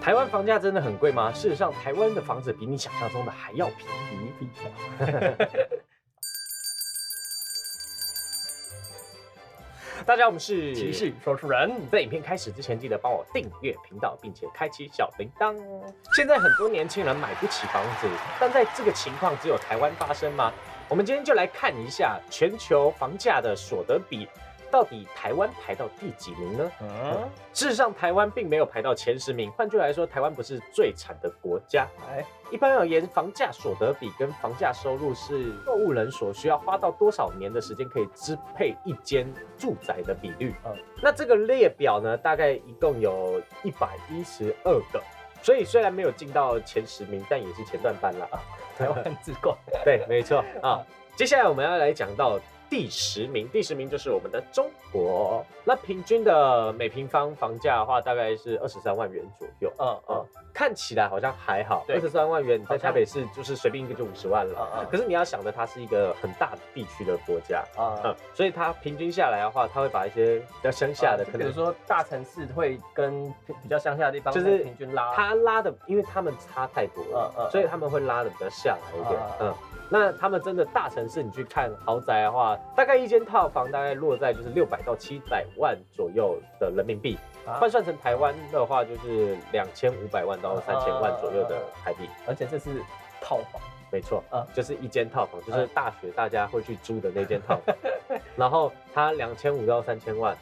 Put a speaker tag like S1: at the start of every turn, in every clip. S1: 台湾房价真的很贵吗？事实上，台湾的房子比你想象中的还要便宜。大家，我们是
S2: 骑士说书人，
S1: 在影片开始之前，记得帮我订阅频道，并且开启小铃铛。现在很多年轻人买不起房子，但在这个情况只有台湾发生吗？我们今天就来看一下全球房价的所得比，到底台湾排到第几名呢？
S2: 嗯，
S1: 事实上，台湾并没有排到前十名。换句来说，台湾不是最惨的国家。
S2: 哎，
S1: 一般而言，房价所得比跟房价收入是购物人所需要花到多少年的时间可以支配一间住宅的比率。嗯
S2: 嗯，
S1: 那这个列表呢，大概一共有一百一十二个。所以虽然没有进到前十名，但也是前段班了啊。
S2: 台湾自贡，
S1: 对，没错啊。接下来我们要来讲到第十名，第十名就是我们的中国。那平均的每平方房价的话，大概是二十三万元左右。啊
S2: 嗯嗯
S1: 看起来好像还好，
S2: 对
S1: 二十三万元你在
S2: 好像
S1: 台北市就是随便一个就五十万了。
S2: 嗯
S1: 可是你要想的，它是一个很大的地区的国家，
S2: 嗯
S1: 嗯，所以它平均下来的话，它会把一些比较乡下的，可
S2: 啊比如
S1: 能
S2: 说大城市会跟比较乡下的地方
S1: 就是
S2: 平均拉，
S1: 它拉的，因为他们差太多
S2: 嗯
S1: 了，
S2: 嗯
S1: 所以他们会拉的比较下来一点。
S2: 嗯
S1: 嗯，那他们真的大城市，你去看豪宅的话，大概一间套房大概落在就是六百到七百万左右的人民币，
S2: 啊
S1: 换算成台湾的话，就是两千五百万到三千万左右的台币。
S2: 而且这是套房，
S1: 没错，
S2: 嗯
S1: 就是一间套房，
S2: 啊
S1: 就是大学大家会去租的那间套 房，然后它两千五到三千万。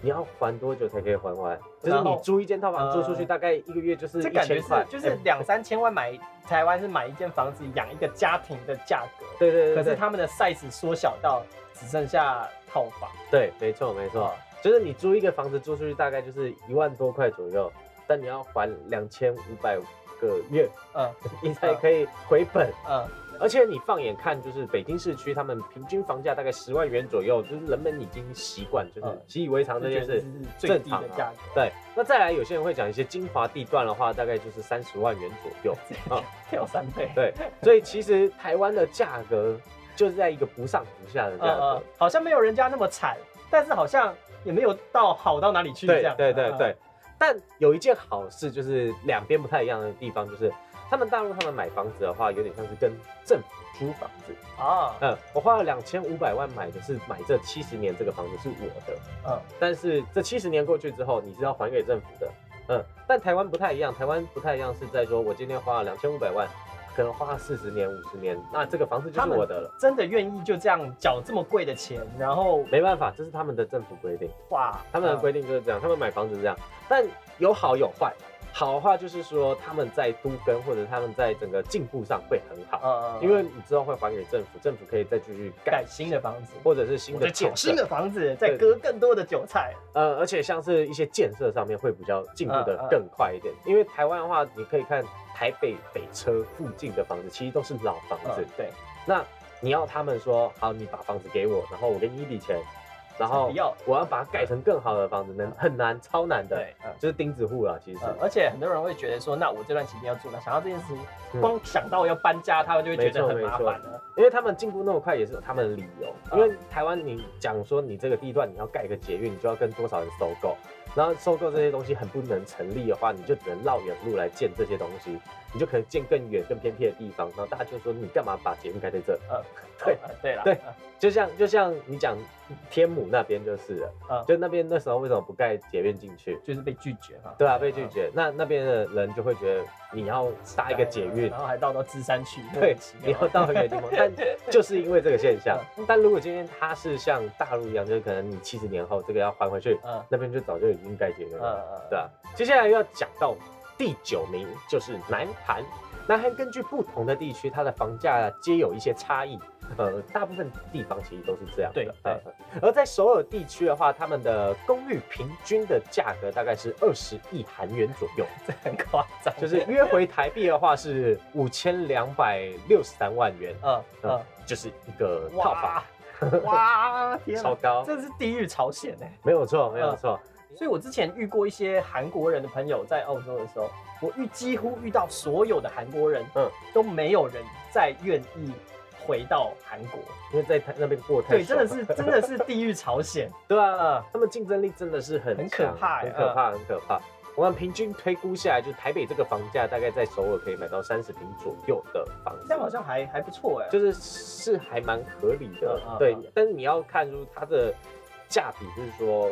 S1: 你要还多久才可以还完？就是
S2: 然
S1: 你
S2: 后
S1: 租一间套房
S2: 呃
S1: 租出去，大概一个月就是
S2: 这
S1: 一
S2: 感觉
S1: 千块
S2: 是，就是
S1: 哎
S2: 两三千万买台湾是买一间房子养一个家庭的价格，
S1: 对对对，
S2: 可
S1: 对
S2: 是他们的 size 缩小到只剩下套房，
S1: 对，没错没错，就是你租一个房子租出去大概就是一万多块左右，但你要还两千五百个月，
S2: 嗯
S1: 你才可以回本。
S2: 嗯
S1: 而且你放眼看，就是北京市区，他们平均房价大概十万元左右，就是人们已经习惯，就是
S2: 嗯
S1: 习以为常
S2: 就
S1: 这
S2: 觉
S1: 件
S2: 得
S1: 事
S2: 这。是最
S1: 正
S2: 低
S1: 常
S2: 的
S1: 啊
S2: 价格，
S1: 对，那再来，有些人会讲一些精华地段的话，大概就是三十万元左右。啊
S2: 跳三倍，
S1: 对，所以其实台湾的价格就是在一个不上不下的价
S2: 嗯
S1: 格
S2: 嗯。，好像没有人家那么惨，但是好像也没有到好到哪里去这
S1: 对
S2: 样。
S1: 对对
S2: 嗯，
S1: 对。但有一件好事就是两边不太一样的地方，就是他们大陆他们买房子的话，有点像是跟政府租房子。
S2: 啊，
S1: 嗯，我花了两千五百万买的是买这七十年这个房子是我的，
S2: 嗯，
S1: 但是这七十年过去之后，你是要还给政府的。嗯，但台湾不太一样，台湾不太一样是在说我今天花了两千五百万，可能花了四十年、五十年，那这个房子就
S2: 他
S1: 是
S2: 们
S1: 我的了。
S2: 真的愿意就这样缴这么贵的钱，然后
S1: 没办法，这是他们的政府规定。
S2: 哇，
S1: 他们的
S2: 嗯
S1: 规定就是这样，他们买房子是这样，但有好有坏。好的话就是说他们在都跟或者他们在整个进步上会很好，
S2: 呃
S1: 因为你之后会还给政府，政府可以再继续
S2: 盖
S1: 盖，
S2: 新的房子，
S1: 或者是新
S2: 我
S1: 的
S2: 就
S1: 建
S2: 炒
S1: 设
S2: 新，的房子，再割更多的韭菜。
S1: 呃，而且像是一些建设上面会比较进步的
S2: 嗯嗯
S1: 更快一点。因为台湾的话，你可以看台北北车附近的房子，其实都是老房子
S2: 嗯，对，
S1: 那你要他们说好，你把房子给我，然后我给你一笔钱，然后
S2: 不要
S1: 我要把它盖成更好的房子，能很难，超难的。
S2: 对，嗯。
S1: 就是钉子户啦，其实是、
S2: 嗯而且很多人会觉得说，那我这段期间要住哪？想到这件事
S1: 嗯
S2: 情，光想到要搬家，他们就会觉得很麻烦了。
S1: 因为他们进步那么快也是有他们的理由。
S2: 嗯
S1: 因为台湾你讲说你这个地段你要盖一个捷运，你就要跟多少人收购，然后收购这些东西很不能成立的话，你就只能绕远路来建这些东西，你就可能建更远、更偏僻的地方。然后大家就说你干嘛把捷运盖在这？
S2: 嗯，
S1: 对
S2: 嗯，对啦，
S1: 对
S2: 嗯，
S1: 就像就像你讲天母那边就是了，
S2: 嗯
S1: 就那边那时候为什么不盖捷运进去？
S2: 就是被拒绝嘛。
S1: 对啊，被拒绝。那那边的人就会觉得你要搭一个捷运，
S2: 呃然后还到到芝山去， 莫
S1: 对
S2: 名其，妙
S1: 你要到很远的 地方，但就是因为这个现象。
S2: 嗯
S1: 但如果今天它是像大陆一样，就是可能你七十年后这个要还回去，
S2: 嗯
S1: 那边就早就已经该结了。
S2: 嗯
S1: 对啊，接下来要讲到第九名就是南韩。南韩根据不同的地区，它的房价皆有一些差 异。呃，大部分地方其实都是这样的。
S2: 对对
S1: 呃而在首尔地区的话，他们的公寓平均的价格大概是二十亿韩元左右。
S2: 这很夸张，
S1: 就是约回台币的话是五千两百六十三万元，
S2: 嗯
S1: 嗯
S2: 嗯，，
S1: 就是一个套
S2: 哇
S1: 房，
S2: 哇，天
S1: 超
S2: 啊，
S1: 高，
S2: 这嗯是地狱朝鲜哎、
S1: 没有错，没有错，
S2: 所以我之前遇过一些韩国人的朋友在澳洲的时候，我遇几乎遇到所有的韩国人，
S1: 嗯
S2: 嗯，都没有人再愿意回到韩国。
S1: 因为在台那边过太
S2: 对，真
S1: 爽了
S2: 的是真的是地狱朝鲜。
S1: 对啊，他们竞争力真的是很
S2: 很可
S1: 强
S2: 怕
S1: 很
S2: 欸
S1: 可怕，很可怕。我们平均推估下来，就是台北这个房价大概在首尔可以买到三十平左右的房子，
S2: 这样好像还还不错哎、
S1: 就是是还蛮合理的，
S2: 嗯嗯
S1: 对
S2: 嗯。
S1: 但是你要看出它的价比，就是说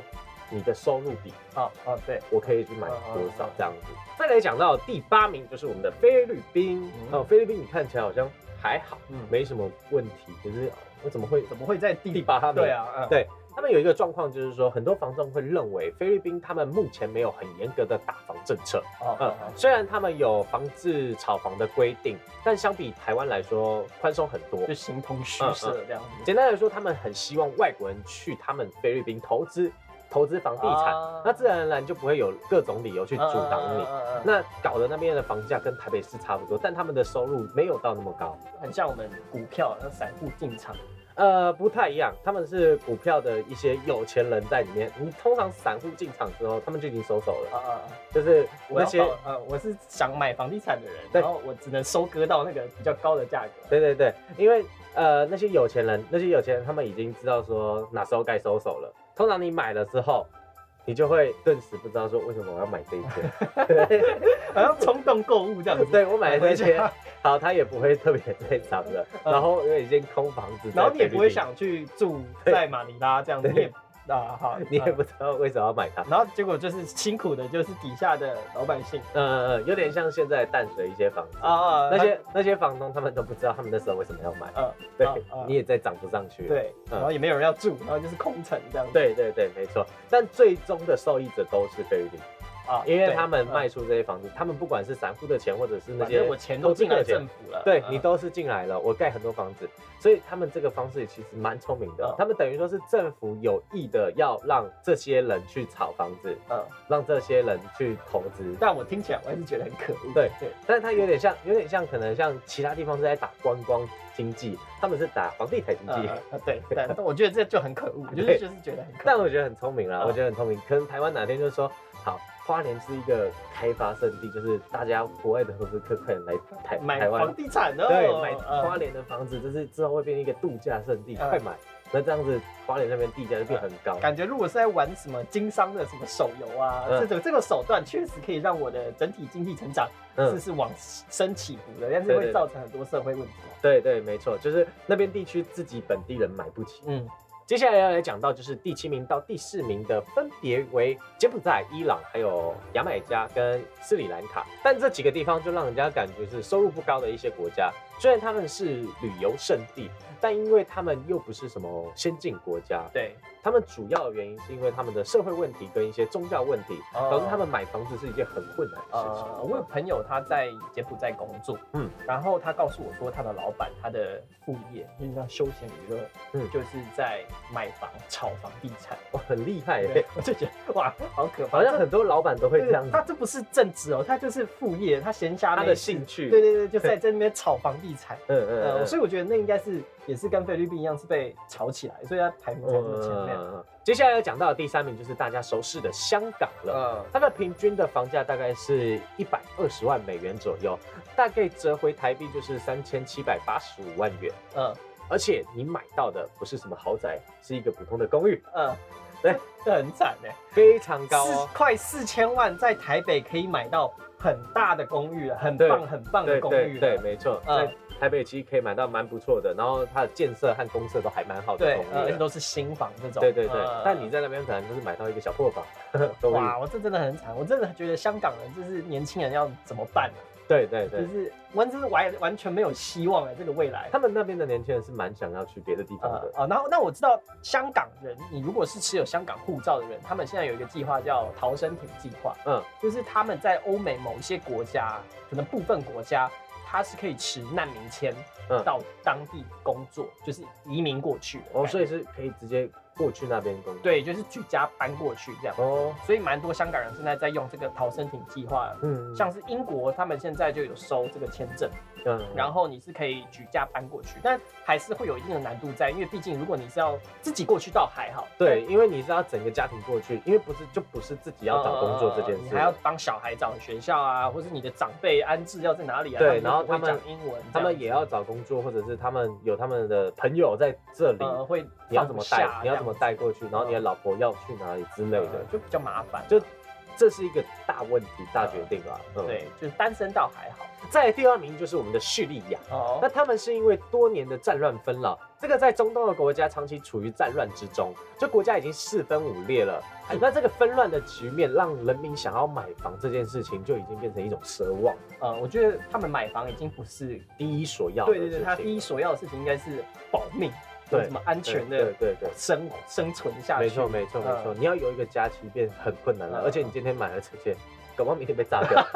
S1: 你的收入比，
S2: 哦哦对，
S1: 我可以去买多
S2: 嗯嗯
S1: 少
S2: 嗯
S1: 这样子。再来讲到第八名，就是我们的菲律宾
S2: 嗯。
S1: 哦，菲律宾你看起来好像还好，
S2: 嗯
S1: 没什么问题，就是我怎么会？
S2: 怎么会在第
S1: 第八名
S2: 对啊，嗯
S1: 对他们有一个状况，就是说很多房仲会认为菲律宾他们目前没有很严格的打房政策。
S2: 哦
S1: 嗯
S2: 哦，哦
S1: 虽然他们有防治炒房的规定，但相比台湾来说宽松很多
S2: 就。形同虚
S1: 嗯
S2: 设这样子。
S1: 简单来说，他们很希望外国人去他们菲律宾投资，投资房地产，
S2: 啊嗯
S1: 那自然而然就不会有各种理由去
S2: 去
S1: 阻挡你。
S2: 那
S1: 那搞得那边的房价跟台北市差不多，但他们的收入没有到那么高，
S2: 很像我们股票，那散户进场，
S1: 呃，不太一样。他们是股票的一些有钱人在里面，你通常散户进场之后，他们就已经收手
S2: 啊
S1: 了，
S2: 啊，啊
S1: 就是
S2: 我
S1: 那
S2: 要
S1: 些，
S2: 报呃，我是想买房地产的人，
S1: 对
S2: 然后我只能收割到那个比较高的价格。
S1: 对对对，因为呃那些有钱人，那些有钱人他们已经知道说哪时候该收手了。通常你买了之后，你就会顿时不知道说为什么我要买这一间，
S2: 好像冲动购物这样子。
S1: 对我买了这
S2: 回
S1: 些
S2: 家，
S1: 好，它也不会特别 再涨了，
S2: 嗯
S1: 然后有一间空房子，
S2: 然后你也不会。想去住在马尼拉这样子，
S1: 对
S2: 你也啊好，
S1: 你也
S2: 嗯
S1: 不知道为什么要买它，
S2: 然后结果就是辛苦的，就是底下的老百姓
S1: 呃，有点像现在淡水一些房子，
S2: 啊，
S1: 那些那些房东他们都不知道他们那时候为什么要买，
S2: 呃
S1: 对
S2: 啊啊，
S1: 你也再涨不上去。
S2: 对，
S1: 嗯
S2: 然后也没有人要住，然后就是空城这样子。
S1: 对对对，没错。但最终的受益者都是菲律宾，
S2: 啊
S1: 因为
S2: 对
S1: 他们
S2: 嗯
S1: 卖出这些房子，他们不管是散户的钱或者是那
S2: 反
S1: 些
S2: 正我钱都进来政府了，
S1: 对
S2: 嗯
S1: 你都是进来了，我盖很多房子，所以他们这个方式其实蛮聪明的
S2: 嗯。
S1: 他们等于说是政府有意的要让这些人去炒房子，
S2: 嗯，
S1: 让这些人去投资。
S2: 但我听起来我还是觉得很可恶。
S1: 对
S2: 对，
S1: 但是它有点像，有点像可能像其他地方是在打观光经济，他们是打房地产经济。
S2: 嗯嗯对，但但我觉得这就很可 恶，我就是
S1: 对
S2: 就是觉得很可
S1: 但
S2: 恶。
S1: 我觉得很聪明啦，
S2: 嗯
S1: 我觉得很聪明。可能台湾哪天就说，好，花莲是一个开发圣地，就是大家国外的投资客快点来台
S2: 买
S1: 台湾
S2: 房，地产哦，
S1: 对，买
S2: 嗯
S1: 花莲的房子，就是之后会变成一个度假圣地，
S2: 嗯
S1: 快买。那这样子，花莲那边地价就变很高。
S2: 感觉如果是在玩什么经商的什么手游啊，
S1: 嗯
S2: 这种这个手段确实可以让我的整体经济成长是
S1: 嗯，
S2: 是往升起伏的，但是
S1: 对
S2: 会
S1: 对
S2: 造成很多社会问题。
S1: 对对，没错，就是那边地区自己本地人买不起。
S2: 嗯，
S1: 接下来要来讲到就是第七名到第四名的分别为柬埔寨、伊朗、还有牙买加跟斯里兰卡，但这几个地方就让人家感觉是收入不高的一些国家。虽然他们是旅游胜地，但因为他们又不是什么先进国家，
S2: 对，
S1: 他们主要的原因是因为他们的社会问题跟一些宗教问题，
S2: 哦
S1: 导致他们买房子是一件很困难的事情。
S2: 呃，我有朋友他在柬埔寨工作，嗯
S1: 嗯，
S2: 然后他告诉我说，他的老板他的副业就是叫休闲娱乐，嗯，
S1: 嗯
S2: 就是在买房炒房地产，
S1: 哇，很厉害耶、
S2: 对，我就觉得哇，好可怕，
S1: 好像
S2: 这
S1: 很多老板都会这样
S2: 对
S1: 子
S2: 他。这不是正职哦，他就是副业，他闲暇
S1: 他
S2: 没
S1: 的
S2: 事
S1: 兴趣，
S2: 对对对，就在在那边炒房 地产。
S1: 嗯嗯
S2: 呃，
S1: 嗯，
S2: 所以我觉得那应该是也是跟菲律宾一样是被炒起来，所以它排名才这么前面。
S1: 嗯，接下来要讲到的第三名就是大家熟悉的香港了。
S2: 嗯，
S1: 它的平均的房价大概是一百二十万美元左右，大概折回台币就是三千七百八十五万元。
S2: 嗯
S1: 而且你买到的不是什么豪宅，是一个普通的公寓，
S2: 嗯，
S1: 对，
S2: 这很惨哎，
S1: 非常高
S2: 四
S1: 哦。
S2: 快四千万在台北可以买到很大的公寓了，很
S1: 对
S2: 棒很棒的
S1: 对
S2: 公
S1: 对
S2: 寓
S1: 对，
S2: 了。
S1: 没错，
S2: 嗯
S1: 在台北其实可以买到蛮不错的，然后它的建设和公设都还蛮好的
S2: 对
S1: 公，
S2: 呃而
S1: 寓
S2: 且
S1: 了。
S2: 都是新房这种。
S1: 对对对
S2: 呃，
S1: 但你在那边可能就是买到一个小破房 公寓。
S2: 哇，我这真的很惨，我真的觉得香港人就是年轻人要怎么办啊？
S1: 对对
S2: 就
S1: 对，
S2: 是完真是完完全没有希望哎，这个未来。
S1: 他们那边的年轻人是蛮想要去别的地方
S2: 呃
S1: 的。
S2: 啊，然后那我知道香港人，你如果是持有香港护照的人，他们现在有一个计划叫逃生艇计划，
S1: 嗯，
S2: 就是他们在欧美某一些国家，可能部分国家，他是可以持难民签
S1: 嗯
S2: 到当地工作，就是移民过去的
S1: 哦，所
S2: 以
S1: 以是可以直接过去那边工作。
S2: 呃对，就是举家搬过去这样，
S1: 哦，
S2: 所以蛮多香港人现在在用这个逃生艇计划。
S1: 嗯
S2: 像是英国，他们现在就有收这个签证，
S1: 嗯，
S2: 然后你是可以举家搬过去，但还是会有一定的难度在，因为毕竟如果你是要自己过去倒还好，
S1: 对，因为你是要整个家庭过去，因为不是就不是自己要找工作这件
S2: 呃
S1: 事，
S2: 你还要帮小孩找学校啊，或是你的长辈安置要在哪里啊？
S1: 对
S2: 就不会
S1: 然后他们
S2: 讲英文，
S1: 他们也要找工作，或者是他们有他们的朋友在这里，
S2: 这样呃会
S1: 你要怎么带，你要怎么带
S2: 过
S1: 过
S2: 呃
S1: 去，然后你的老婆要去哪里之类的，
S2: 就比较麻烦。
S1: 就这是一个大问题、大决定啊。嗯、
S2: 对，就是单身倒还好。
S1: 再来第二名就是我们的叙利亚。那
S2: 哦，
S1: 他们是因为多年的战乱纷扰，这个在中东的国家长期处于战乱之中，这国家已经四分五裂了。
S2: 是
S1: 那这个纷乱的局面，让人民想要买房这件事情就已经变成一种奢望，
S2: 呃，我觉得他们买房已经不是
S1: 第一所要的
S2: 对
S1: 事情。
S2: 对对，他第一所要的事情应该是保命，
S1: 对
S2: 有什么安全
S1: 对
S2: 的
S1: 对对，
S2: 生生存下去。
S1: 没错没错没错，
S2: 嗯
S1: 你要有一个家期变很困难了，
S2: 嗯
S1: 而且你今天买了这些，搞不好明天被炸 掉。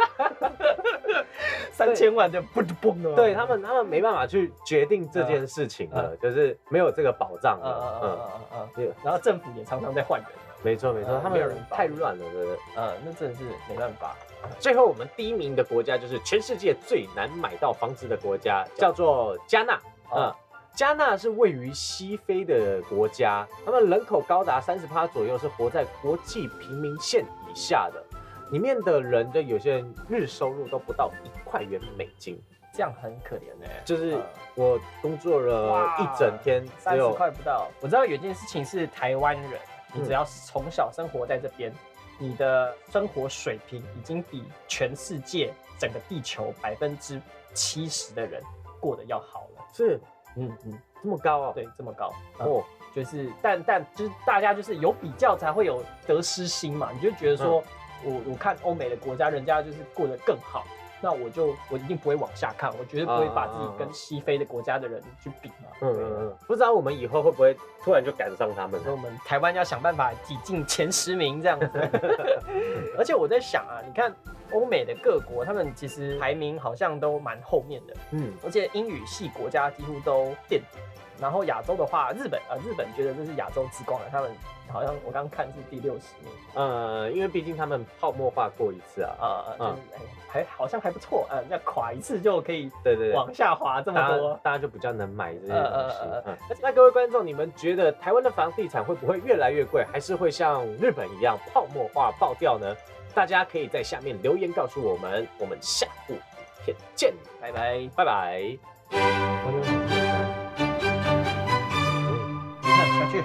S2: 三千万就嘣就嘣了。
S1: 对他们，他们没办法去决定这件事情了，就是没有这个保障
S2: 嗯，嗯嗯
S1: 了。
S2: 嗯嗯嗯嗯。
S1: 嗯，
S2: 然后政府也常常在换人，
S1: 没错没错，
S2: 嗯
S1: 他
S2: 没有
S1: 们
S2: 人保
S1: 太乱了，对不对？
S2: 呃，那真的是没办法。
S1: 最后，我们第一名的国家就是全世界最难买到房子的国家，叫做加纳。
S2: 哦
S1: 嗯，加纳是位于西非的国家，他们人口高达三十趴左右，是活在国际平民线以下的。里面的人就有些人日收入都不到一块元美金，
S2: 这样很可怜哎、
S1: 就是
S2: 嗯
S1: 我工作了
S2: 哇
S1: 一整天，只
S2: 三十
S1: 有
S2: 块不到。我知道有一件事情是台湾人，你
S1: 嗯
S2: 只要从小生活在这边，你的生活水平已经比全世界整个地球百分之七十的人过得要好了。
S1: 是
S2: 嗯嗯，
S1: 这么高哦。
S2: 对，这么高。哦，
S1: 哦，
S2: 就是，但但就是大家就是有比较才会有得失心嘛，你就觉得
S1: 嗯
S2: 说，我我看欧美的国家，人家就是过得更好。那我就我一定不会往下看，我绝对不
S1: 啊
S2: 会把自己跟西非的国家的人去比嘛。
S1: 嗯
S2: 对啊
S1: 嗯嗯，不知道我们以后会不会突然就赶上他们了？
S2: 所以我们台湾要想办法挤进前十名这 样子。而且我在想啊，你看欧美的各国，他们其实排名好像都蛮后面的，
S1: 嗯，
S2: 而且英语系国家几乎都垫底。然后亚洲的话，日本啊、呃日本觉得这是亚洲之光了，他们好像我刚看是第六十名，
S1: 呃，因为毕竟他们泡沫化过一次啊。
S2: 呃，就是、哎还好像还不错，呃，那垮一次就可以
S1: 对对对，
S2: 往下滑这么
S1: 大家
S2: 多。
S1: 大家就比较能买这些东西。
S2: 呃呃呃
S1: 嗯那各位观众，你们觉得台湾的房地产会不会越来越贵，还是会像日本一样泡沫化爆掉呢？大家可以在下面留言告诉我们。我们下部影片见，
S2: 拜拜。
S1: 拜拜。
S2: 看下去。